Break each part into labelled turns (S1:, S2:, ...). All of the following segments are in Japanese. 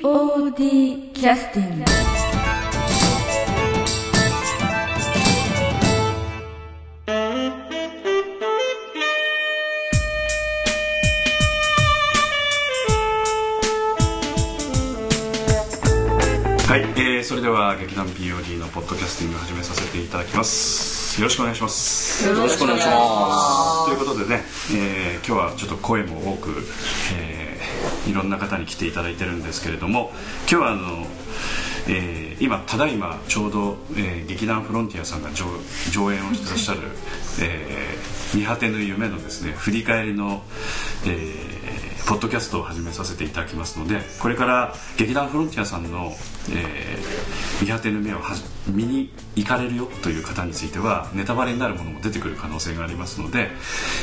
S1: POD キャスティング
S2: はい、えー、それでは劇団 POD のポッドキャスティングを始めさせていただきますよろしくお願いします
S3: よろしくお願いしま
S2: ということでね、えー今日はちょっと声も多く、えーいろんな方に来ていただいてるんですけれども今日はあの、えー今ただいまちょうど、えー劇団フロンティアさんが上上演をしてらっしゃる「えー見果てぬ夢」のですね振り返りの、えーポッドキャストを始めさせていただきますのでこれから劇団フロンティアさんの「えー見果てぬ夢」をはじ見に行かれるよという方についてはネタバレになるものも出てくる可能性がありますので、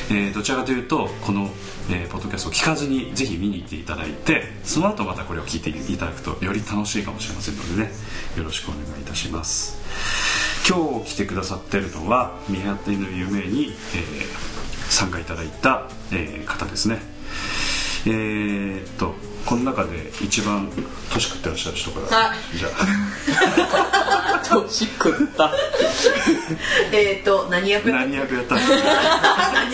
S2: えーどちらかというとこの、えーポッドキャストを聞かずにぜひ見に行っていただいてその後またこれを聞いていただくとより楽しいかもしれませんのでねよろしくお願いいたします今日来てくださってるのは「見果ての夢に」えー参加いただいた、えー方ですねえー、っとこの中で一番年食ってらっしゃる人から、
S3: はい
S2: じゃあ
S3: 年食った
S4: えーと何役
S2: 何役やったんで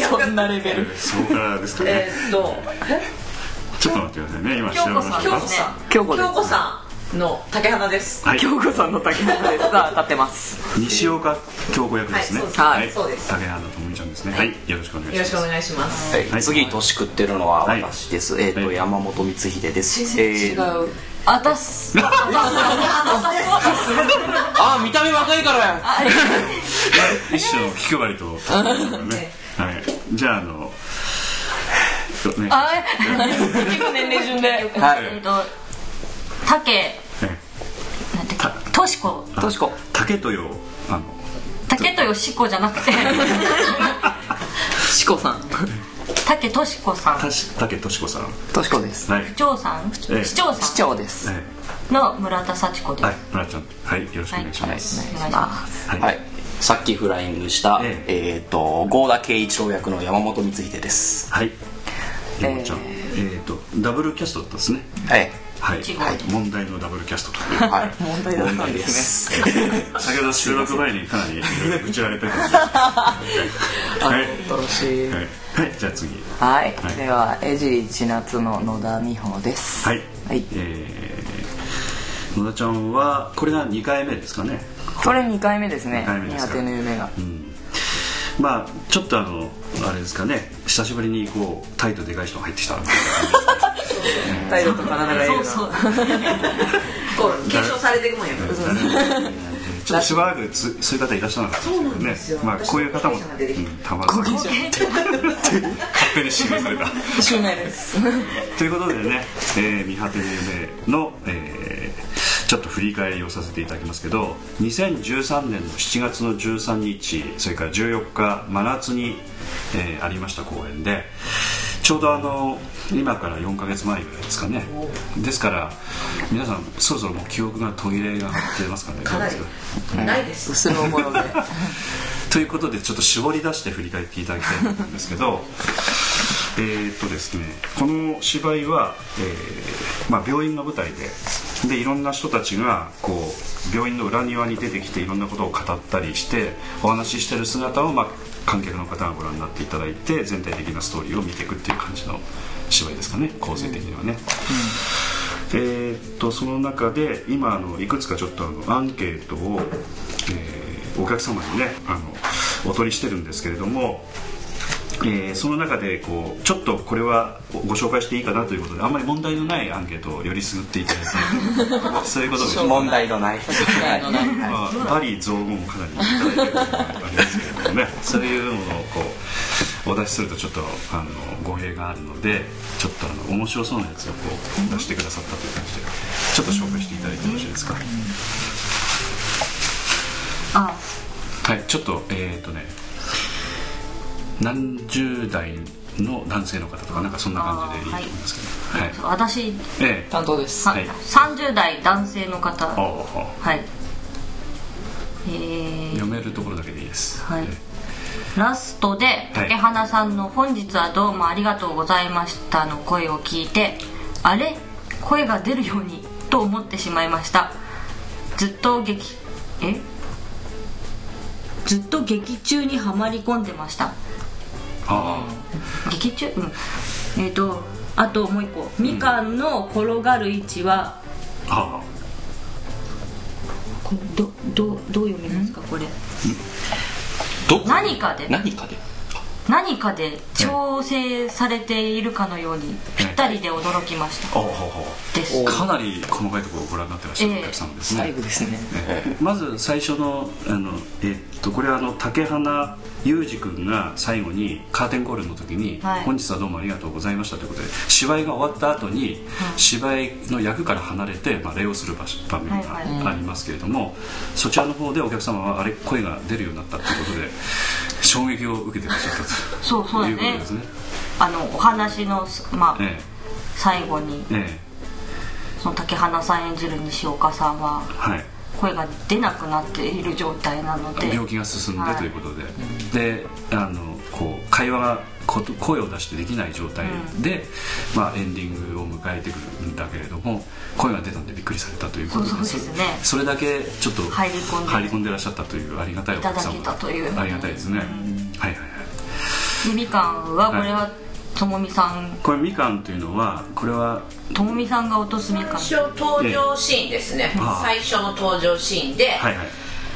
S2: す
S3: そんなレベル
S2: そこからですかね
S4: え。ーと
S2: ちょっと待ってくださいね。今
S4: 京
S2: 調べ
S4: 子
S2: ま
S4: さん
S2: し
S4: 京
S2: た
S4: 子。さん
S3: 京子です
S4: 京子さんの竹花です
S2: はい。
S3: 京子さんの竹本でさあ立ってます
S2: 西岡京子役ですね。
S4: はいそうですそう
S3: はい
S4: です
S2: 竹原智美ちゃんですね。はい。よろしくお願いし
S4: よろ
S2: ま
S4: し
S2: す。
S4: くお願いします
S2: はい
S5: 次年食ってるのは
S2: はい
S5: 私です、えっ、と、
S2: はい
S5: 山本光秀です、
S1: 違
S5: えー、
S1: うあたす
S5: あ見た目若いから
S2: 一種の気配りと。ね。はい。じゃああの。ね。
S1: あ
S4: 結構年齢順で
S5: は
S1: えっ
S5: い
S1: と竹
S2: ね
S1: なんてとしこ
S5: としこ
S2: 竹とよあの
S1: 竹とよしこじゃなくて
S3: しこさん
S1: 竹としこさん
S2: たし竹としこさん。
S5: としこです
S2: はい。
S1: 市長さん
S2: ええ
S1: 市長
S5: 市
S1: さ
S5: 長です
S2: ね
S1: んの村田幸子です
S2: はい。村ちゃん。はい。よろしくお願いします。
S1: お願いします
S2: は
S5: はいい、さっきフライングした
S2: え
S5: えっ、と郷田圭一郎役の山本光秀です
S2: はい。山ちゃん。えっとダブルキャストだったんですね。
S5: はい
S2: はい
S1: 違う
S2: はい。問題のダブルキャストという。
S5: はい
S3: 問題だったんですね
S2: 先ほど収録前にかなり打ちられてたんではい
S3: 恐ろしい
S2: はい、はい、じゃあ次
S3: はい、
S2: はい
S3: では江尻千夏の野田美穂です
S2: はい、
S3: はい
S2: えー、野田ちゃんはこれが2回目ですかね
S3: これ2回目ですね
S2: 二回目です
S3: 見
S2: か
S3: 果ての夢が
S2: まあちょっとあのあれですかね久しぶりにこう態度でかい人が入ってきた
S3: 態度と体がいる
S1: そ
S3: な
S1: う そう
S4: こう継承されていくもんや
S2: ちょっとしばらくつそういう方いらっしゃらなかった
S4: そうなん
S2: で
S4: ですす
S2: けど
S4: よ
S2: ねまあ
S4: 私
S2: こういう方も、う
S4: 後継者が出てき
S2: ん、たまらない 勝手に指名された
S3: 襲名です
S2: ということでね「えー、見果ての夢の」えーちょっと振り返りをさせていただきますけど2013年の7月の13日それから14日真夏に、えーありました公演でちょうどあの今から4ヶ月前ぐらいですかねですから皆さんそろそろもう記憶が途切れが張ってますかね
S4: かなり
S2: どうです
S4: ないです
S3: 薄の 頃で
S2: ということでちょっと絞り出して振り返っていただきたいと思うんですけど えーっとですねこの芝居は、えーまあ、病院の舞台ででいろんな人たちがこう病院の裏庭に出てきていろんなことを語ったりしてお話ししてる姿を、まあ、観客の方がご覧になっていただいて全体的なストーリーを見ていくっていう感じの芝居ですかね構成的にはね。えーっとその中で今あのいくつかちょっとあのアンケートを、えーお客様にねあのお取りしてるんですけれども、えーその中でこうちょっとこれはご紹介していいかなということであんまり問題のないアンケートをよりすぐっていただいたそういうことでしょうか
S5: 問題のない
S2: まあ、バリ雑言もかなりいただいてるというのもありますけれどもね そういうのをこうお出しするとちょっとあの語弊があるのでちょっとあの面白そうなやつをこう出してくださったという感じでちょっと紹介していただいてよろしいですか、
S1: あ
S2: はいちょっとえっ、とね何十代の男性の方とかなんかそんな感じでいいと思いますけどはい、
S1: そう私
S2: ええ
S3: 担当です
S1: さ
S2: はい
S1: 30代男性の方
S2: あ
S1: は
S2: あ
S1: いえー
S2: 読めるところだけでいいです
S1: はい
S2: ええ
S1: ラストで竹花さんの「本日はどうもありがとうございました」の声を聞いて「あれ声が出るようにと思ってしまいましたずっと劇えずっと劇中にはまり込んでました
S2: あ
S1: 劇中うんえっ、とあともう一個みかんの転がる位置は、
S2: あああ
S1: これどどどう読みますかこれ
S5: どこ
S1: 何かで
S5: 何かで
S1: 何かで調整されているかのようにぴったりで驚きました
S2: ああほうほ
S1: です
S2: うかなり細かいところをご覧になってらっしゃるお客さんですね、
S3: 最後ですね
S2: まず最初のあの、えっとこれはあの竹花裕二君が最後にカーテンコールの時に、
S1: はい
S2: 本日はどうもありがとうございました」ということで芝居が終わった後に、芝居の役から離れて、まあ、礼をする場所場面が
S1: はい
S2: ありますけれども、そちらの方でお客様はあれ声が出るようになったということで衝撃を受けてらっしゃったと
S1: そうそうだ
S2: いうこと
S1: ね
S2: ですね。
S1: あのお話のすまあ、
S2: え
S1: 最後に
S2: ええ
S1: その竹花さん演じる西岡さんは
S2: えはい
S1: 声が出なくなっている状態なので
S2: 病気が進ん
S1: は
S2: で
S1: い
S2: ということで、であのこう会話がこ声を出してできない状態で、まあ、エンディングを迎えてくるんだけれども声が出たんでびっくりされたということで
S1: そうそうですね
S2: そそれだけちょっと
S1: 入り込んで
S2: らっしゃったというありがたいお客様
S1: いただけたという
S2: ありがたいですね、はいはいはい
S1: でみかんはこれはともみさん
S2: これみかんというのはこれは
S1: ともみさんが落とすみかん
S4: 最初登場シーンですね
S2: ああ
S4: 最初の登場シーンで、
S2: はいはい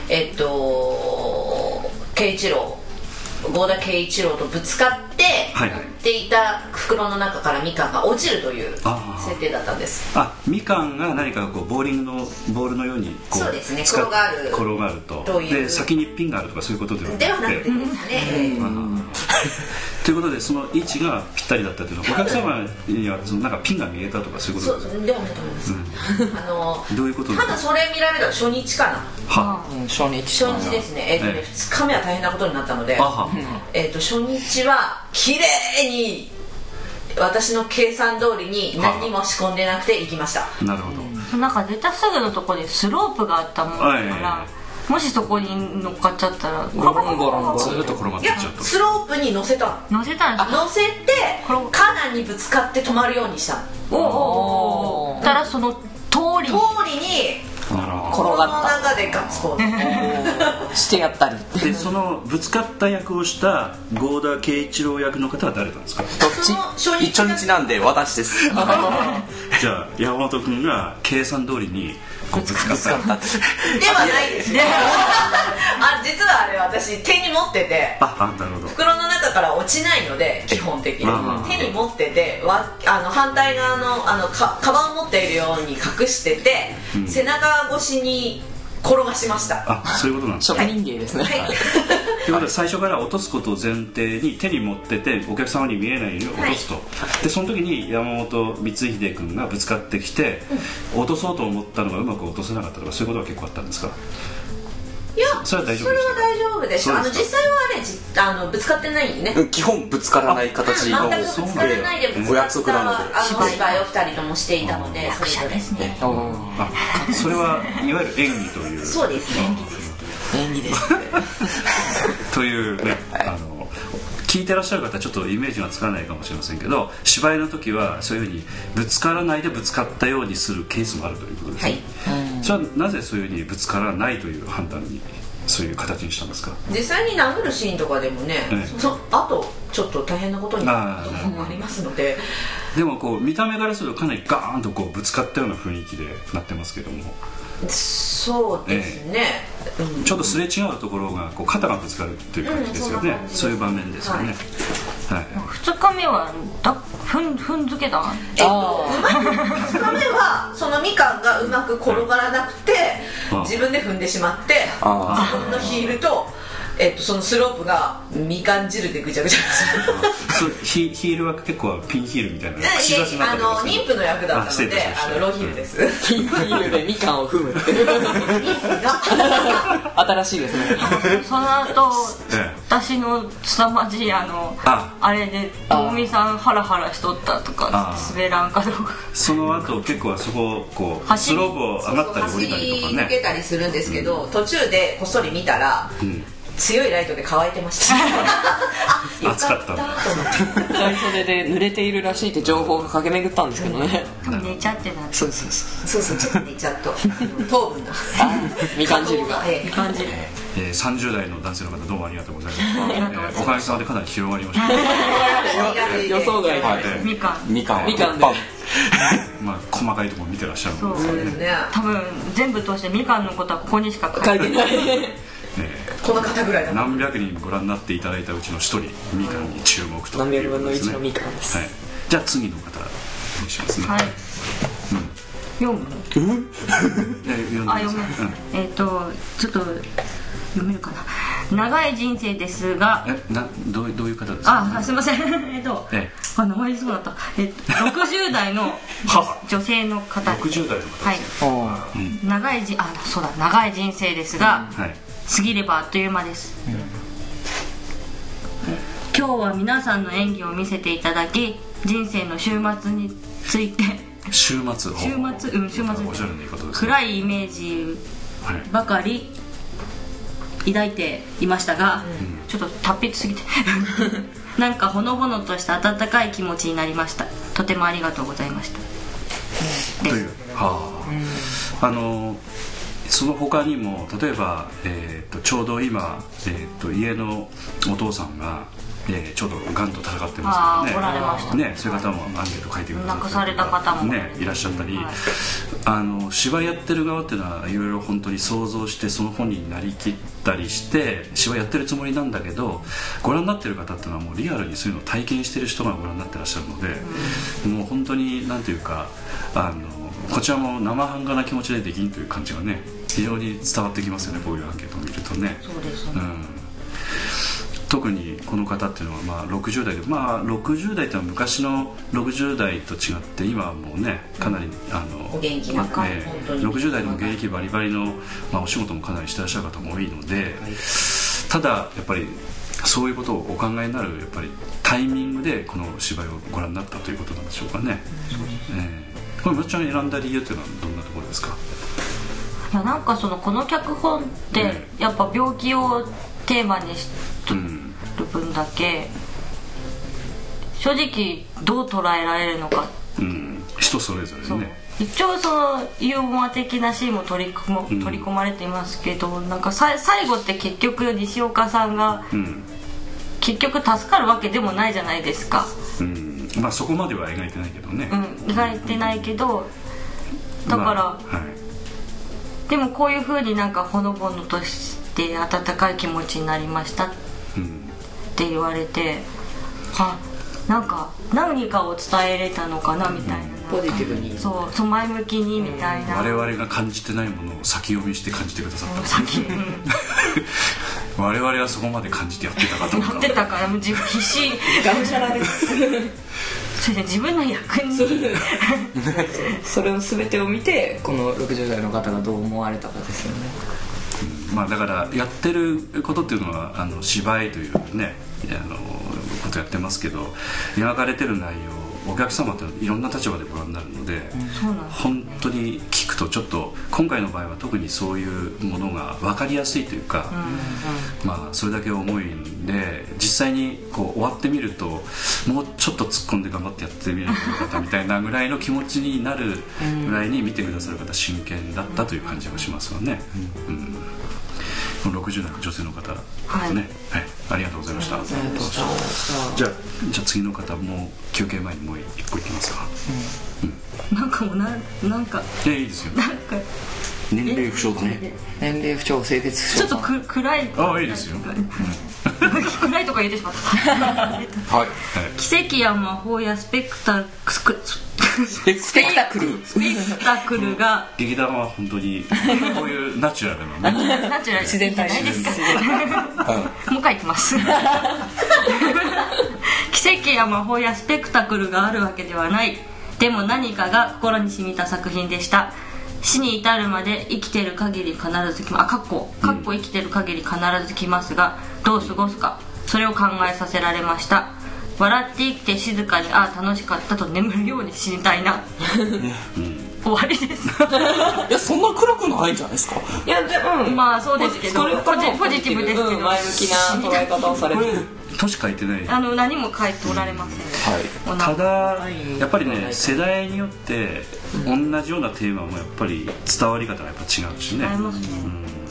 S4: えっと圭一郎郷田圭一郎とぶつかって、
S2: はいはい
S4: 売っていた袋の中からみかんが落ちるという
S2: ああ
S4: 設定だったんです
S2: あみかんが何かこうボーリングのボールのようにこ
S4: そうですね
S2: 使っ
S4: 転がる
S2: 転がると
S4: という
S2: で先にピンがあるとかそういうことではなくて
S4: ではなくてですね、
S2: ということでその位置がぴったりだったというのはお客様にはそのなんかピンが見えたとかそういうこ
S4: そ
S2: とですか
S4: うでもだと思います、あの
S2: どういうことです
S4: た
S2: か
S4: だそれ見られたの初日かな
S2: は
S3: うん初日
S4: 初日ですね,、えっと
S2: え
S4: ね
S2: え
S4: 2日目は大変なことになったので
S2: あは
S4: えっと初日は綺麗に私の計算通りに何も仕込んでなくて行きました
S2: なるほど
S1: なんか出たすぐのとこにスロープがあったもんだから、
S2: は
S1: もしそこに乗っかっちゃったらゴ
S3: ロンゴロンゴロン
S2: ずーっと転がっ
S4: い
S2: てい
S4: や
S2: っちゃうと
S4: スロープに乗せたの
S1: 乗せたんですか
S4: 乗せて花壇にぶつかって止まるようにしたの
S1: おうおうおうおうそしたらその通りに
S4: 通りに
S2: なるほ
S3: 転
S4: この
S3: がっ
S4: 中でガッツポーズ
S3: たしてやったり
S2: どでそのぶつかった役をした郷田圭一郎役の方は誰なん ですか
S5: どっ
S4: その初日
S5: 一日なんで私です
S2: じゃあ山本君が計算通りにこうぶつかった
S4: ではないですね あ実はあれ私手に持ってて
S2: ああなるほど
S4: 袋の中から落ちないので基本的
S2: うん
S4: に手に持っててわあの反対側のあのかカバンを持っているように隠してて、背中越しに転がしました
S2: あそういうことなんですか
S3: 職人芸ですね
S2: ということで最初から落とすことを前提に手に持っててお客様に見えないように落とすと、でその時に山本光秀君がぶつかってきて、落とそうと思ったのがうまく落とせなかったとかそういうことは結構あったんですか
S4: いや
S2: それは大丈夫
S4: それは大丈夫でしょあの
S2: そう
S4: 実
S2: です
S4: 際はねじあのぶつかってないんでね
S5: 基本ぶつからない形の
S4: 全くぶつからないでぶつ
S5: お
S4: かっ
S5: 約束
S4: た
S5: なので
S4: あの芝居を2人ともしていたのでそれぞれ
S1: ですね
S2: あそれはいわゆる演技という
S4: そうですね
S3: 演技ですね
S2: というねあの聞いてらっしゃる方はちょっとイメージがつかないかもしれませんけど芝居の時はそういうふうにぶつからないでぶつかったようにするケースもあるということですね、それはなぜそういうふうにぶつからないという判断にそういう形にしたんですか
S4: 実際に殴るシーンとかでもね、
S2: ええ
S4: そのあとちょっと大変なことになることもありますので
S2: でもこう見た目からするとかなりガーンとこうぶつかったような雰囲気でなってますけども
S4: そうですね、うん
S2: ちょっとすれ違うところがこう肩がぶつかるっていう感じですよね、
S4: うんそんな感じです
S2: そういう場面ですよね、はい
S1: 2日目はだふんふんづけだ
S4: えっと、うまく2日目はそのみかんがうまく転がらなくて
S2: うん
S4: 自分で踏んでしまって
S5: あ
S4: 自分のヒールと、えっと、そのスロープがみかん汁でぐちゃぐちゃになっ
S2: そうヒヒールは結構ピンヒールみたいな
S4: た
S2: 串
S4: い
S2: 刺
S4: え
S2: し
S4: い
S2: に
S4: え
S2: な
S4: あ
S2: ったり
S4: の
S2: とかする
S4: 妊婦の役だったので
S2: あ失
S4: あ
S2: 礼いたしました
S4: のロヒルです、
S3: 金融でみかんを踏むっていう新しいですね
S1: その後
S2: ええ
S1: 私の凄まじいあの
S2: あ
S1: あれでともみさんハラハラしとったとか
S2: あ
S1: 滑らんかどうか
S2: その後結構あそこをこう
S1: 走
S2: ス
S1: り
S2: ロープを上がったり降りたりとか
S4: 抜け
S2: ね
S4: たりするんですけど、途中でこっそり見たら、強いライトで乾いて ましたあよ
S2: 暑か
S4: かっ
S2: ったた
S4: と思って
S3: 長袖で濡れているらしいって情報が駆け巡ったんですけどね
S1: 多分寝ちゃってなって
S3: そうそう そ
S4: そうそうちょっと寝ちゃっ と糖分が
S3: うみかん汁が
S4: ええ
S1: 感じる
S2: えー、30代の男性の方どうもありがとうございます、え
S1: りがとうございます
S2: ーおかげさまでかなり広がりました、
S3: 予想外
S5: は
S3: はいい
S2: え
S1: みかん
S5: みかん
S3: みかんで
S5: パン
S2: ーまあ、細かいところ見てらっしゃる
S1: そ
S2: の
S1: う
S2: で、
S4: そうですね
S1: 多分全部通してみかんのことはここにしか書
S3: 書
S1: い
S3: い
S1: て
S3: て
S1: ない
S3: ない
S2: え
S4: この方ぐらいだ
S2: ー何百人ご覧になっていただいたうちの一人みかんに注目と
S3: 何
S2: い
S3: 百
S2: うこ
S3: 分
S2: と
S3: の
S2: です
S3: 1
S2: ね
S3: のみかんです
S2: はい、じゃあ次の方お願いしますね、
S1: はい読む
S2: えー読んでくださ
S1: あ
S2: い
S1: 読めます
S2: うん
S1: えっとちょっと読めるかな長い人生ですが
S2: えなどうどういう方ですか
S1: ああすいません えっと
S2: ええ
S1: あ名前言いそうだったえっと60代 の
S2: は
S1: 女性の方です
S2: 60代の方
S1: は
S2: で
S1: い
S2: す、
S1: 長いじあそうだ長い人生ですが、
S2: はい
S1: 過ぎればあっという間です、今日は皆さんの演技を見せていただき人生の終末について
S2: 週末
S1: 週末うん週末
S2: おしゃれな言い方ですね
S1: 暗いイメージ
S2: はい
S1: ばかり抱いていましたが、ちょっと達筆すぎてなんかほのぼのとした温かい気持ちになりましたとてもありがとうございました
S2: という、はあ、あのその他にも例えば、えー、とちょうど今、えー、と家のお父さんが、えーちょうどがんと戦ってま
S1: あ
S2: す
S1: ー
S2: か
S1: おら
S2: ら
S1: れ
S2: ね
S1: ました
S2: ねそういう方もアンケート書いてくださったりとか
S1: 亡くされた方も
S2: ね、いらっしゃったり、
S1: はい
S2: あの芝居やってる側っていうのはいろいろ本当に想像してその本人になりきったりして芝居やってるつもりなんだけどご覧になってる方っていうのはもうリアルにそういうのを体験してる人がご覧になってらっしゃるので、もう本当になんていうかあのこちらも生半可な気持ちでできんという感じがね非常に伝わってきますよねこういうアンケートを見るとね。
S1: そうですね、
S2: うん特にこの方っていうのはまあ60代でまあ60代ってのは昔の60代と違って今はもうねかなりあの
S4: お元気な
S2: まあええ
S4: 本当に
S2: 60代でも現役バリバリの、まあ、お仕事もかなりしてらっしゃる方も多いので、ただやっぱりそういうことをお考えになるやっぱりタイミングでこの芝居をご覧になったということなんでしょうかね、ええこれむっちゃん選んだ理由っていうのはどんなところですか
S1: いやなんかそのこの脚本ってやっぱ病気をテーマにしと
S2: うん
S1: る分だけ正直どう捉えられるのか
S2: うん人それぞれ
S1: と
S2: ね
S1: 一応そのユーモア的なシーンも取り込
S2: ん
S1: む取り込まれていますけどなんかさい最後って結局西岡さんが
S2: うん
S1: 結局助かるわけでもないじゃないですか
S2: うんまあそこまでは描いてないけどね、
S1: うん描いてないけどだから、
S2: まあはい
S1: でもこういう風になんかほのぼのとして温かい気持ちになりました
S2: うん
S1: って言われてあなんか何かを伝えれたのかなみたいな,、
S3: ポジティブに
S1: そうそう前向きにみたいな、
S2: 我々が感じてないものを先読みして感じてくださった
S1: さっきうん
S2: 我々はそこまで感じてやってたかと
S1: やってたからもう自分必 死
S3: がむしゃらです
S1: それで自分の役に
S3: それを全てを見てこの60代の方がどう思われたかですよね
S2: まあだからやってることっていうのはあの芝居というねあのことやってますけど描かれてる内容お客様っていろんな立場でご覧になるので、
S1: そうなんです
S2: 本当に聞くとちょっと今回の場合は特にそういうものが分かりやすいというか、まあ、それだけ重いんで実際にこう終わってみるともうちょっと突っ込んで頑張ってやってみるのかみたいなぐらいの気持ちになるぐらいに見てくださる方真剣だったという感じがしますよね。うんこの60代の女性の方ですね、はいありがとうございましたじゃあじゃあ次の方もう休憩前にもう一個いきますか
S1: なんかもうなんなんか
S2: いやいいですよ
S1: なんか
S5: 年齢不詳だね
S3: 年齢不調性別不
S1: ちょ
S3: 調
S1: っとく暗い
S2: ああいい ですよ、はい、
S1: 暗いとか言ってしま った
S5: はい
S1: 奇跡や魔法やスペクタスクス
S3: スペクタクル
S1: ペクタクルが
S2: 劇団は本当にこういうナチュラルなね
S1: ナチュラル
S3: 自然体
S1: いいじゃないですか
S5: は
S1: もう一回いきます奇跡や魔法やスペクタクルがあるわけではないでも何かが心に染みた作品でした死に至るまで生きてる限り必ずきまあかっこかっこ生きてる限り必ず来ますがどう過ごすかそれを考えさせられました笑って生きて静かにああ楽しかったと眠るように死にたいな終わりです。
S5: いやそんな暗くないんじゃないですか
S3: いやでうん
S1: まあそうですけど
S3: これこれも
S1: ポジティブですけど
S3: うん前向きな捉え方をされ
S2: こ
S3: て
S2: れ
S3: る
S2: 年書いてない
S1: あの何も書いておられません。
S5: はい
S1: おな
S2: ただ
S3: い
S2: やっぱりね世代によって同じようなテーマもやっぱり伝わり方がやっぱ違うしね
S1: 違いますね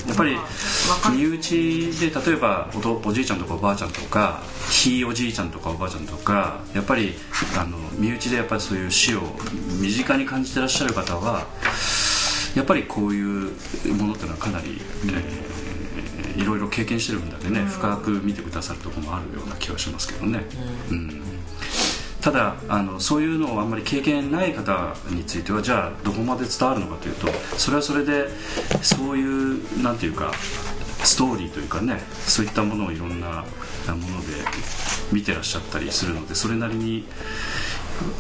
S2: やっぱり
S1: かる
S2: 身内で例えばおとおじいちゃんとかおばあちゃんとかひいおじいちゃんとかおばあちゃんとかやっぱりあの身内でやっぱりそういう死を身近に感じてらっしゃる方はやっぱりこういうものっていうのはかなり、えーいろいろ経験してるんだでね、深く見てくださるところもあるような気はしますけどね。うんただあのそういうのをあんまり経験ない方についてはじゃあどこまで伝わるのかというとそれはそれでそういうなんていうかストーリーというかねそういったものをいろんなもので見てらっしゃったりするのでそれなりに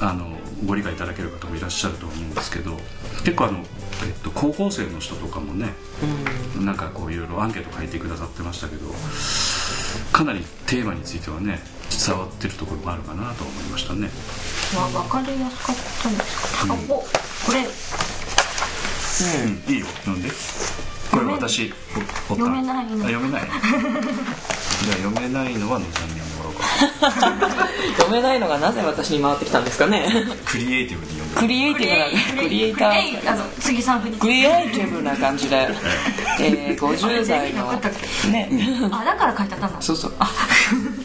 S2: あのご理解いただける方もいらっしゃると思うんですけど結構あの、えっと、高校生の人とかもね、なんかこういろいろアンケート書いてくださってましたけどかなりテーマについてはね伝わってるところもあるかなと思いましたね。
S1: わ分かりやすかったんですか。あおこれ
S2: いいよ読んでこれ私おおった
S1: 読めないの
S2: あ 読めないじゃあ読めないのはのぞみをもろうか
S3: 読めないのがなぜ私に回ってきたんですかね
S2: クリエイティブに読んで
S3: クリエイティブなクリエイタ
S1: えい
S3: ー
S1: あの杉さん風に。
S3: クリエイティブな感じで、えー、50代の
S1: あれ
S3: ね
S1: あだから書いてあったんだ。
S3: そうそうあ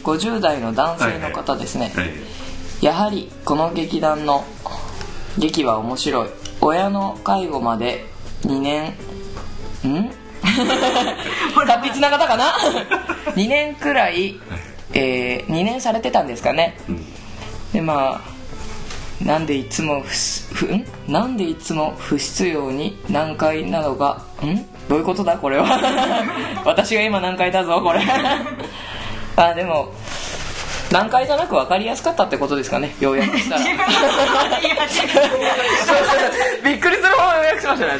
S3: 50代の男性の方ですね、
S2: はい
S3: やはりこの劇団の劇は面白い親の介護まで2年ん達筆な方かな2年くらい、え2年されてたんですかね、
S2: ん
S3: でまあなんでいつも不すふんなんでいつも不必要に難解などがんどういうことだこれは私が今難解だぞこれあでも難解じゃなく分かりやすかったってことですかねようやくしたらびっくりするほどようやくしましたね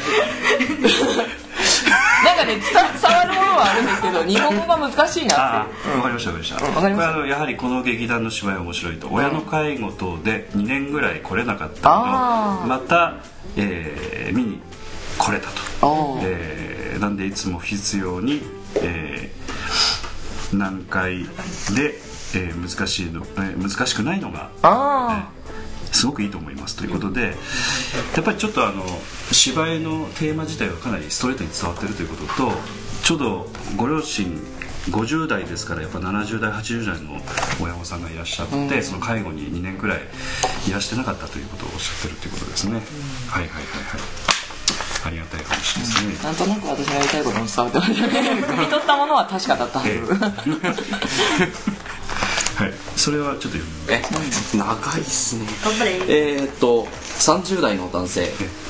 S3: なんかね伝伝わるものはあるんですけど日本語が難しいなっ
S2: あ
S3: て
S2: あわかりましたわかりました
S3: わかり
S2: こ
S3: ました
S2: れあのやはりこの劇団の芝居は面白いと親の介護等で2年ぐらい来れなかった
S3: あ
S2: のをまた、えー見に来れたと
S3: おー
S2: えーなんでいつも不必要に、えー難解で、えー難しいの、えー難しくないのが
S3: あ
S2: すごくいいと思いますということでやっぱりちょっとあの芝居のテーマ自体はかなりストレートに伝わってるということとちょうどご両親50代ですからやっぱ70代80代の親御さんがいらっしゃって、その介護に2年くらいいらしてなかったということをおっしゃってるということですね、はいはいはいはいありがたい話ですね、
S3: あなんとなく私がやりたいことも伝わってます汲み取ったものは確かだったは
S2: ええ はいそれはちょっと読み
S5: え長いっすね
S1: 頑張れ。
S5: えーっと30代の男性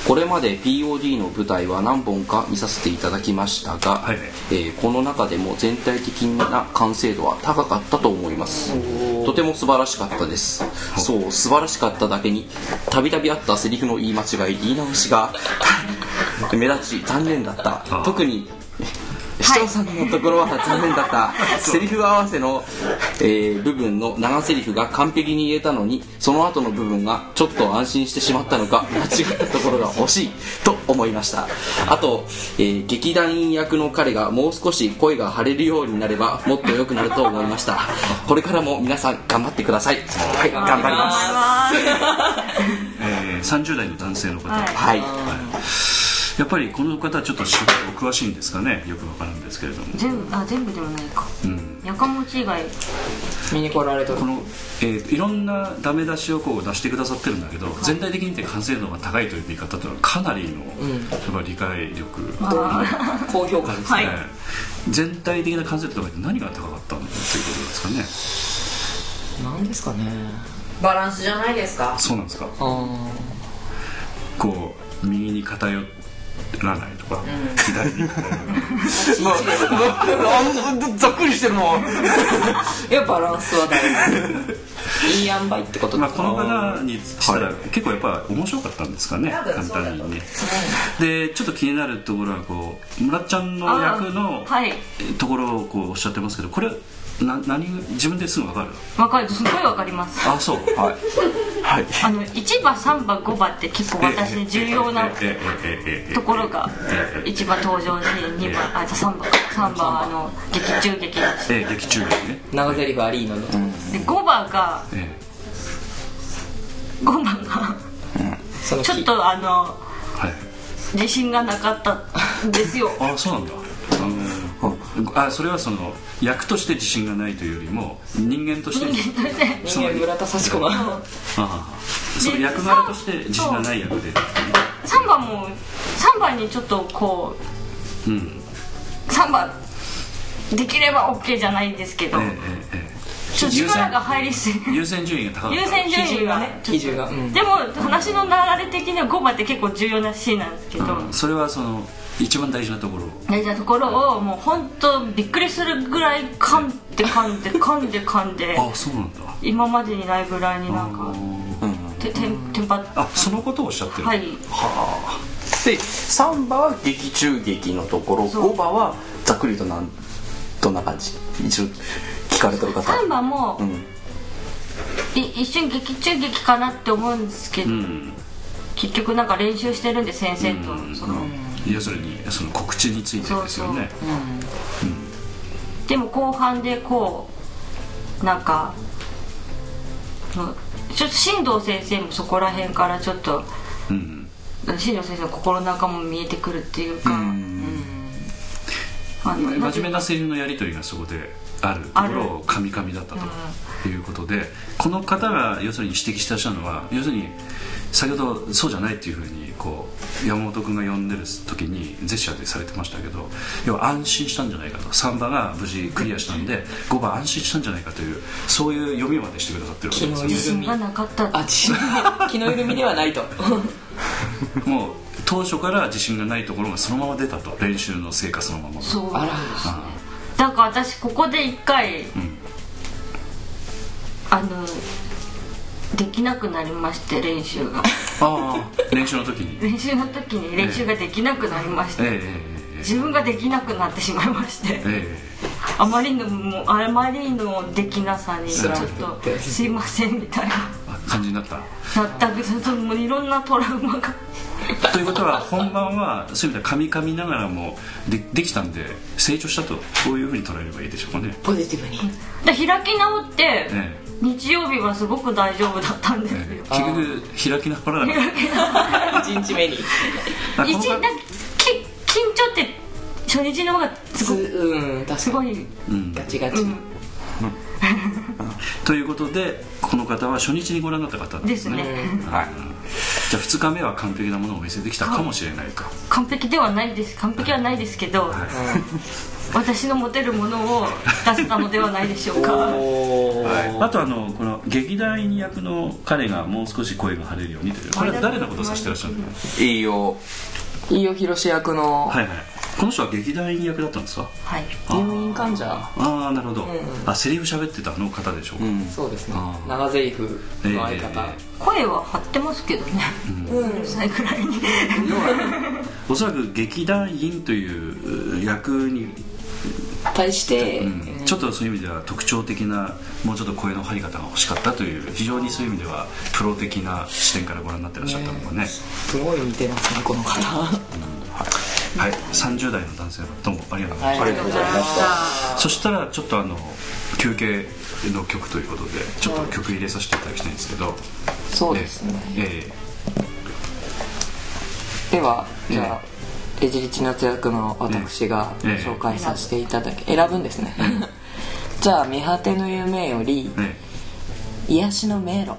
S5: これまで POD の舞台は何本か見させていただきましたが、
S2: はい
S5: えーこの中でも全体的な完成度は高かったと思いますとても素晴らしかったですそう素晴らしかっただけにたびたびあったセリフの言い間違い言い直しが 目立ち残念だった
S2: ー
S5: 特に市長さんのところは残念だった、セリフ合わせの、えー部分の長セリフが完璧に言えたのにその後の部分がちょっと安心してしまったのか間違ったところが欲しいと思いましたあと、えー劇団員役の彼がもう少し声が張れるようになればもっと良くなると思いましたこれからも皆さん頑張ってくださいはい頑張ります
S2: えー30代の男性の方、
S1: はい
S5: はい
S2: やっぱりこの方はちょっと芝居お詳しいんですかねよくわからんですけれども、
S1: 全部あ全部でもないか。
S2: うん、
S1: やかもち以外。
S3: 見に来られてる
S2: この、えーいろんなダメ出しをこう出してくださってるんだけど、全体的に見て完成度が高いという言い方というのはかなりの、やっぱり理解力、
S3: 高評価です
S1: はい
S2: えー全体的な完成度とかって何が高かったのということですかね
S3: なんですかね
S4: バランスじゃないですか
S2: そうなんですか
S3: あー
S2: こう右に偏らないとか、左に偏らない
S5: もうざっくりしてるもん
S3: い やバランスは大事いい塩梅ってこと
S2: ま
S3: で
S2: あ、
S3: す
S2: この方にしたら結構やっぱ面白かったんですかね
S4: 多分
S2: 簡
S4: そうだ
S2: 単
S4: と思
S2: に
S4: う
S2: ねでちょっと気になるところはこう村ちゃんの役の
S1: あはい。
S2: ところをこうおっしゃってますけどこれな何自分ですぐ分かる
S1: わかる。すごいわかります。
S2: あそうはい
S5: はい
S1: あの1番3番5番って結構私に重要なところが1番登場し2番あじゃあ3番3番はあの劇中劇だし
S2: ええ劇中劇ね
S3: 長ゼリフありのの
S1: で5番が
S2: え
S1: 5番が
S3: その
S1: ちょっとあの
S2: えはい
S1: 自信がなかったんですよ
S2: ああそうなんだあのあそれはその役として自信がないというよりも人間として
S1: 人間として
S2: その
S3: 村田幸子が
S2: ああその役柄として自信がない役で
S1: 3番も3番にちょっとこ
S2: うん
S1: う3番できれば OK じゃないんですけど
S2: ええええ
S1: ちょっと力が入りすぎ
S2: ええ優先順位が高かった
S1: 優先
S3: 比
S1: 順
S3: 重
S1: 位
S3: が
S1: が
S3: ね
S1: ね
S3: 比重がうん
S1: でも話の流れ的には5番って結構重要なシーンなんですけど、
S2: うんそれはその一番大事なところ
S1: 大事なところをもう本当びっくりするぐらい噛んで噛んで噛んで噛んで
S2: ああそうなんだ
S1: 今までにないぐらいになんかててんテンパっ
S2: あそのことをおっしゃってる
S1: はい
S5: で3番は劇中劇のところ
S1: そう
S5: 5番はざっくりとなんどんな感じ一応聞かれてる方
S1: 3番も、
S5: ん
S1: い一瞬劇中劇かなって思うんですけど、
S2: うん
S1: 結局なんか練習してるんで先生と、その
S2: 要するにその告知についてですよね
S1: でも後半でこうなんかもうちょっと進藤先生もそこら辺からちょっと
S2: うん
S1: 進藤先生の心の中も見えてくるっていうか、あの
S2: 真面目な声優のやり取りがそこであるところをカミカミだったということで、この方が要するに指摘してらっしゃるのは要するに先ほどそうじゃないっていうふうにこう山本君が呼んでる時にジェスチャーでされてましたけど要は安心したんじゃないかと3番が無事クリアしたんで5番安心したんじゃないかというそういう読みまでしてくださってるわけですよね
S1: 自信がなかった
S3: あち気の緩みではないと
S2: もう当初から自信がないところがそのまま出たと練習の成果そのまま
S1: そう
S3: あら
S1: だから私ここで一回、あのできなくなりまして練習が
S2: ああ練習の時に
S1: 練習の時に練習ができなくなりまし
S2: え
S1: て、
S2: えええ
S1: 自分ができなくなってしまいまして
S2: ええええ
S1: あまりのもうあまりのできなさにちょっとすいませんみたいな
S2: 感じになった
S1: なったけどもういろんなトラウマが
S2: ということは本番はそういう意味ではかみかみながらもでできたんで成長したとこういうふうに捉えればいいでしょうかね
S3: ポジティブに
S1: で開き直って
S2: え
S1: 日曜日はすごく大丈夫だったんですよ
S2: 結局開き直らなか っ
S3: 1日目に
S2: たあこ
S1: 一
S2: の
S1: 日なんかき緊張って初日の方がす
S3: つ
S1: ご
S3: うん確
S1: す
S3: か
S1: ごい
S2: うん
S3: にガチガチ、
S2: ということでこの方は初日にご覧になった方なん
S1: ですね、
S5: はい
S2: じゃあ2日目は完璧なものをお見せできたかもしれないと
S1: 完璧ではないです完璧はないですけど、私の持てるものを出せたのではないでしょうか
S2: あとあのこの劇団員役の彼がもう少し声が張れるようにというこれは誰のことを指してらっしゃるの
S5: 栄養
S3: 飯尾博役の
S2: はいはいこの人は劇団員役だったんですか
S1: はい
S3: 入院患者
S2: ああなるほど、あセリフ喋ってたあの方でしょうか、
S3: そうですね
S2: あー
S3: 長ゼリフの相方、
S2: え
S1: 声は張ってますけどね、うるさいくらいに
S2: おそらく劇団員という役に、
S3: 対して、
S2: うんちょっとそういう意味では特徴的なもうちょっと声の張り方が欲しかったという非常にそういう意味ではプロ的な視点からご覧になってらっしゃったのがね
S3: すごい似てますねこの方
S2: はい、30代の男性どうもありがとうございました、
S3: はい
S5: りがとうございまし
S2: そしたらちょっとあの休憩の曲ということでちょっと曲入れさせていただきたいんですけど
S3: そうですね
S2: え
S3: ではじゃあ、エジリチナツ役の私が
S2: ええ
S3: 紹介させていただき選ぶんですね じゃあ「見果ての夢」より
S2: ええ
S3: 「癒しの迷路」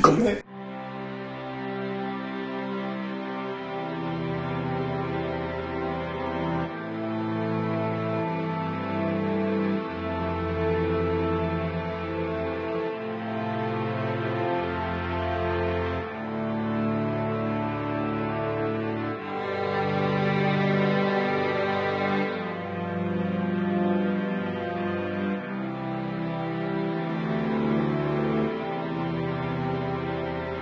S3: ごめん
S2: 「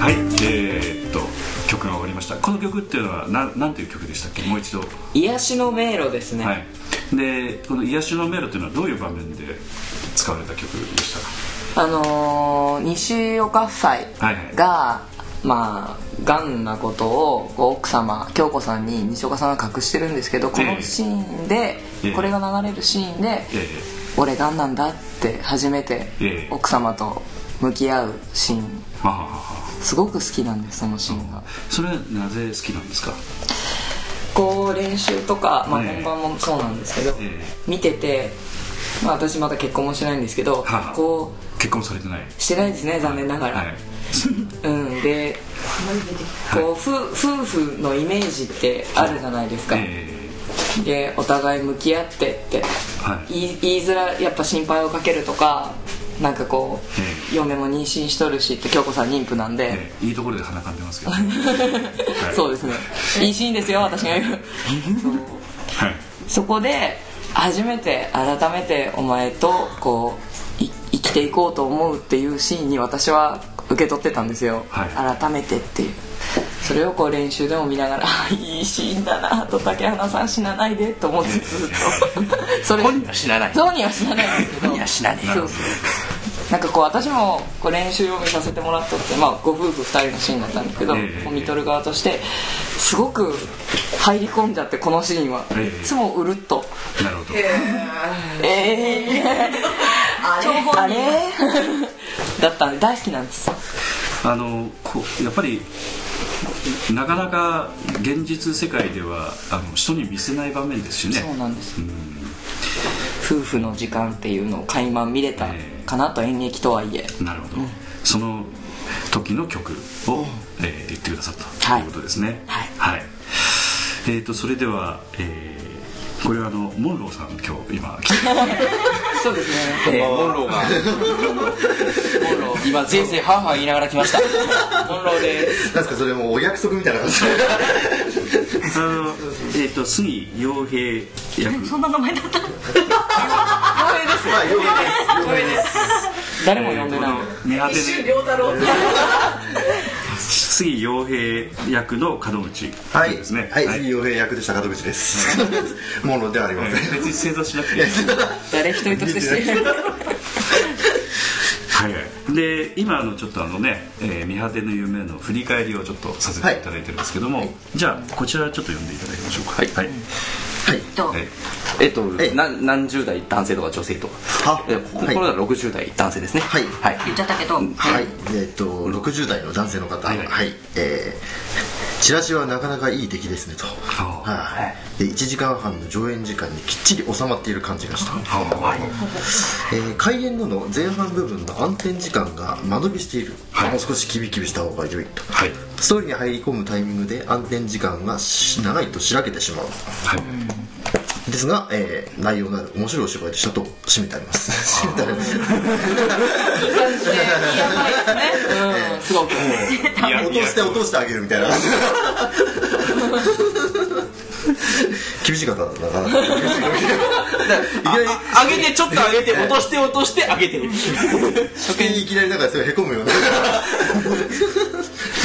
S2: はいえー、っと曲が終わりましたこの曲っていうのはななんていう曲でしたっけもう一度、
S3: 癒しの迷路ですね、
S2: はいでこの「癒しの迷路」っていうのはどういう場面で使われた曲でしたか
S3: あのー西岡夫妻が、まあガンなことをこう奥様京子さんに西岡さんが隠してるんですけどこ
S2: え
S3: の
S2: え
S3: シーンで、
S2: ええ
S3: これが流れるシーンで
S2: え
S3: 「俺ガンなんだ」って初めて
S2: ええ
S3: 奥様と向き合うシーン
S2: えはははは
S3: すごく好きなんですそのシーンが、
S2: それはなぜ好きなんですか
S3: こう練習とか、まあ、
S2: ええ
S3: 本番もそうなんですけど、
S2: え
S3: 見てて、まあ、私まだ結婚もしないんですけど、
S2: はあ
S3: こ
S2: 結婚されてないう
S3: してないですね残念ながら、
S2: はい
S3: うんでこう夫夫婦のイメージってあるじゃないですか、
S2: え
S3: でお互い向き合ってって
S2: えはい
S3: 言い言いづらやっぱ心配をかけるとかなんかこう、
S2: え
S3: 嫁も妊娠しとるしって京子さん妊婦なんで、
S2: ええいいところで鼻かんで ますけど、はい
S3: そうですねいいシーンですよ私が言う
S2: はい
S3: そこで初めて改めてお前とこうい生きていこうと思うっていうシーンに私は受け取ってたんですよ、
S2: は
S3: 改めてっていうそれをこう練習でも見ながらあいいシーンだなと竹花さん死なないでと思ってずっとそれ
S5: 本人は死なない
S3: 本人は死なないんですけど
S5: 本人は死なねえ
S3: そうそうなんかこう私もこう練習を見させてもらっとって、まあ、ご夫婦2人のシーンだったんですけど、
S2: ええ
S3: こう見とる側としてすごく入り込んじゃってこのシーンは、
S2: ええ
S3: いつもうるっと
S2: なるほど
S3: ええ
S4: あれ
S3: あれ だったんで大好きなんです
S2: あのこうやっぱりなかなか現実世界ではあの人に見せない場面ですしね
S3: そうなんです夫婦の時間っていうのを垣間見れたかなと演劇とはいえ
S2: なるほど、その時の曲を、えー言ってくださった
S3: は
S2: と
S3: い
S2: いうことですね
S3: はい
S2: えー、とそれでは、えーこれはあのモンローさん今日今来て
S3: そうです
S5: え
S3: ね
S5: ーモンローがモンロー今ぜいぜいハーハー言いながら来ましたモンローです
S6: なんすかそれもうお約束みたいな感じ
S2: あのえっ、と杉陽平役
S1: そんな名前だった
S6: まあ要はね
S3: 誰も呼んでない
S2: えーこの根果
S4: 一
S2: て
S4: 瞬
S2: で
S4: 良 太郎
S2: 杉陽平役の門口
S6: はい
S2: ですね
S6: はい次傭兵役でした門口ですモンローではありま
S2: え
S6: せ
S2: ー
S6: ん
S2: 別に正座しなく ていい
S3: 誰一人としてしてる
S2: はいはい、で今あのちょっとあのね「えー、見果ての夢」の振り返りをちょっとさせていただいてるんですけども、じゃあこちらちょっと読んでいただきましょうかはい、はい
S1: と
S2: はい
S5: えっと
S6: え
S5: な何十代男性とか女性とか
S6: は
S5: えここ
S6: はい
S5: れは60代男性ですね
S6: はい
S5: はい
S1: 言っちゃったけど
S6: はい、えっと60代の男性の方
S2: は
S6: はいい、
S2: はい
S6: えーチラシはなかなかいい出来ですねと
S2: あー
S6: はい、で1時間半の上演時間にきっちり収まっている感じがした、えー開演後の前半部分の暗転時間が間延びしている、
S2: はい
S6: もう少しキビキビした方が良いと、
S2: はい
S6: ストーリーに入り込むタイミングで暗転時間がし長いとしらけてしまう
S2: はい
S6: ですが、えー内容のある面白いお芝居でしたと締めてあります締めてあります
S3: うんすごく
S2: いや
S6: 落として落としてあげるみ たいな厳しかったなかなか厳しいいきなり
S5: あ上げてちょっと上げて落として落として上げて
S6: 初見にいきなりなんかすごいへこむよね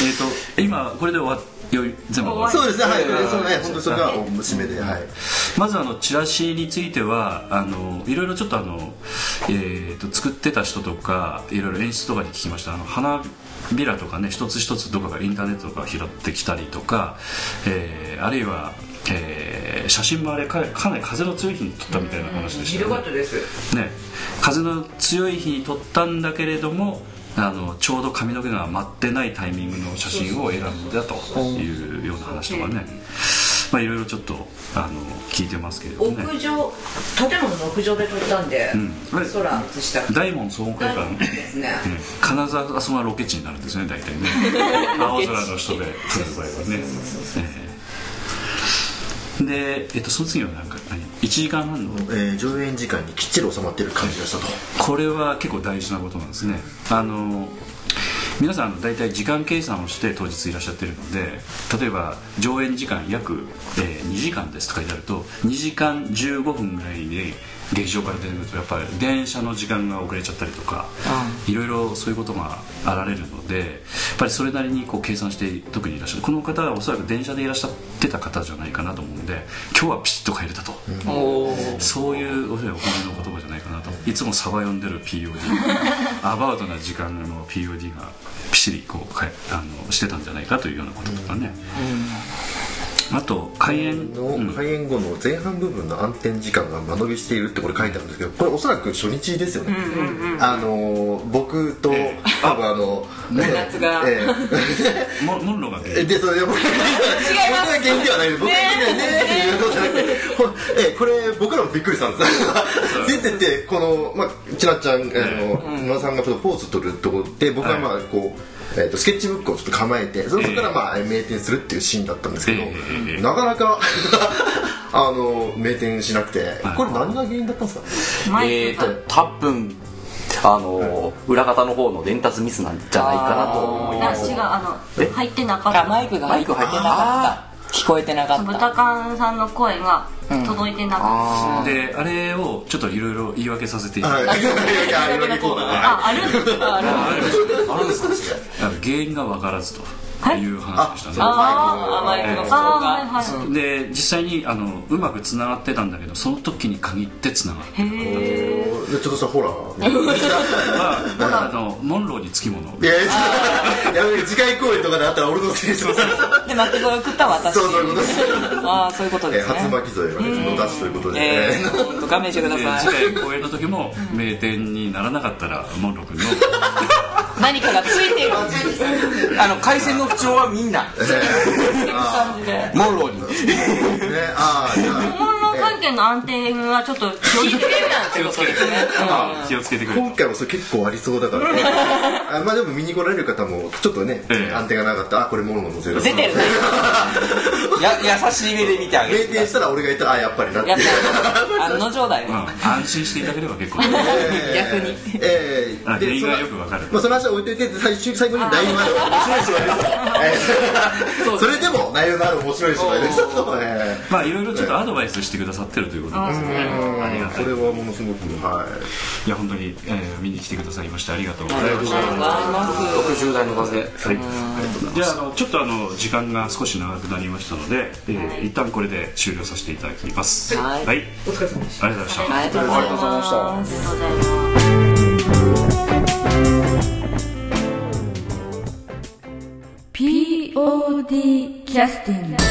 S2: えっ、と今これで終わっよい全部終わり
S6: そうですねはいそうね本当にそれがお締めではい
S2: まずあのチラシについてはあのいろいろちょっとあの、えー、と作ってた人とかいろいろ演出とかに聞きましたあの花びらとかね一つ一つどこかがインターネットとか拾ってきたりとか、えーあるいは、えー写真もあれかかなり風の強い日に撮ったみたいな話でしたよね
S4: です
S2: ね、風の強い日に撮ったんだけれどもあのちょうど髪の毛が舞ってないタイミングの写真を選んだというような話とかね、まあ、いろいろちょっとあの聞いてますけれどもね
S4: 屋上建物の屋上で撮ったんで、
S2: ん
S4: 空映した
S2: 大門総合会館、うん
S4: ですね
S2: 金沢あそこがロケ地になるんですね大 体ね青空の人で撮る場合はねええで、えっと、その次はなんか何1時間半の
S6: えー上演時間にきっちり収まってる感じがしたと
S2: これは結構大事なことなんですねあの皆さんあの大体時間計算をして当日いらっしゃってるので例えば上演時間約、えー2時間ですとかになると2時間15分ぐらいに劇場から出てくるとやっぱり電車の時間が遅れちゃったりとか、いろいろそういうことがあられるのでやっぱりそれなりにこう計算して特にいらっしゃるこの方はおそらく電車でいらっしゃってた方じゃないかなと思うんで今日はピシッと帰れたと、
S3: おー
S2: そういうおそらくお米の言葉じゃないかなといつもサバ読んでる POD アバウトな時間の POD がピシリこうかえあのしてたんじゃないかというようなこととかね、あと開演
S6: の
S2: うん
S6: 開演後の前半部分の暗転時間が間延びしているってこれ書いてあるんですけどこれおそらく初日ですよね、あのー僕と多分あの
S3: 夏が
S6: え
S2: モモンローが
S6: え
S2: 出
S6: え
S2: て
S6: でそれ僕僕が原因ではないです僕が原因ではないっていうことじゃなくてほえこれ僕らもびっくりしたんです出ててこの、まあ、ちなちゃんあの、野田さんがちょっとポーズ取るとこで僕はまあこう、えー、とスケッチブックをちょっと構えてそこからまあ名店するっていうシーンだったんですけど、
S2: ええ
S6: なかなかあの名店しなくて
S2: はい
S6: これ何が原因だったんです
S1: マ
S5: え
S1: イ
S5: ー
S1: クが、
S5: と多分あのー裏方の方の伝達ミスなんじゃないかなと思い
S1: な
S5: ま
S1: 違
S5: す
S1: うあの入ってなかった
S3: あマイクが
S5: マ
S3: 入
S5: イ
S3: っ
S5: ク入って
S3: て
S5: な
S3: な
S5: か
S3: かった聞こえてなかった
S1: 豚缶さんの声が届いてなかっ
S5: あ
S2: であれをちょっといろいろ言い訳させていた
S6: か
S2: だい
S6: はい
S2: て、
S6: いやいやあれだけこうだ
S1: た、ああるある
S5: ーあるんですか
S2: あの原因が分からずという話でしたね、
S3: あーマイクの不調
S1: あーはい
S3: が
S1: はい
S2: で実際にあのうまくつながってたんだけどその時に限ってつながって
S6: でちょっとしたホラー
S2: まああのモンローにつきも の
S6: いやいややめる次回公演とかであったら俺のせいにします
S3: で納得を食った私
S6: そうそういうことです
S3: ああそういうこと
S6: え
S3: で
S6: ー
S3: すね
S6: 初巻き添えはね野出しということで、
S3: え
S6: えー
S3: ー、ほんと勘弁してくだ
S2: で
S3: さ
S2: 次
S3: い
S2: 回公演の時も名店にならなかったらモンロー 君の
S3: 何かがついている
S5: あの回線の不調はみんな
S3: 感じで
S5: モンローに
S6: ねああじゃあ
S1: 本論関係の暗転はちょっと気をつけて
S2: 気をつけて気をつけてくれ
S6: 今回もそれ結構ありそうだからねあまあでも見に来られる方もちょっとね、
S2: ええ
S6: 安定がなかったあこれモンローのせいだ
S3: 出て るね
S5: や優しい目で見てあげ
S6: 名
S5: る
S6: 店したら俺がいたらあやっぱりなって
S3: やっぱ案の定だよ
S2: まあ安心していただければ結構
S3: 逆に
S6: え
S2: あ
S6: ー、
S2: 原因が
S6: その
S2: よくわかる
S6: まあ、その話は置いといて最終最後に内容のある面白い芝居です、えー、それでも内容のある面白い芝居ですと、え
S2: まあいろいろちょっとアドバイスしてくださってるということですねありが
S6: ー、
S2: たい
S6: それはものすごくはい
S2: いや本当に、えー見に来てくださいましてありがとうござい
S3: ありが
S2: ま
S3: とう
S2: し
S3: ご
S2: た
S3: ざいます
S5: 60
S2: は
S5: 代の風
S2: い、じゃああのちょっとあの時間が少し長くなりましたので、えー一旦これで終了させていただきます
S3: はい
S2: お疲れ様でしたありがとうございました
S3: ありがとうございます
S1: ありがとうございます
S7: ー POD キャスティング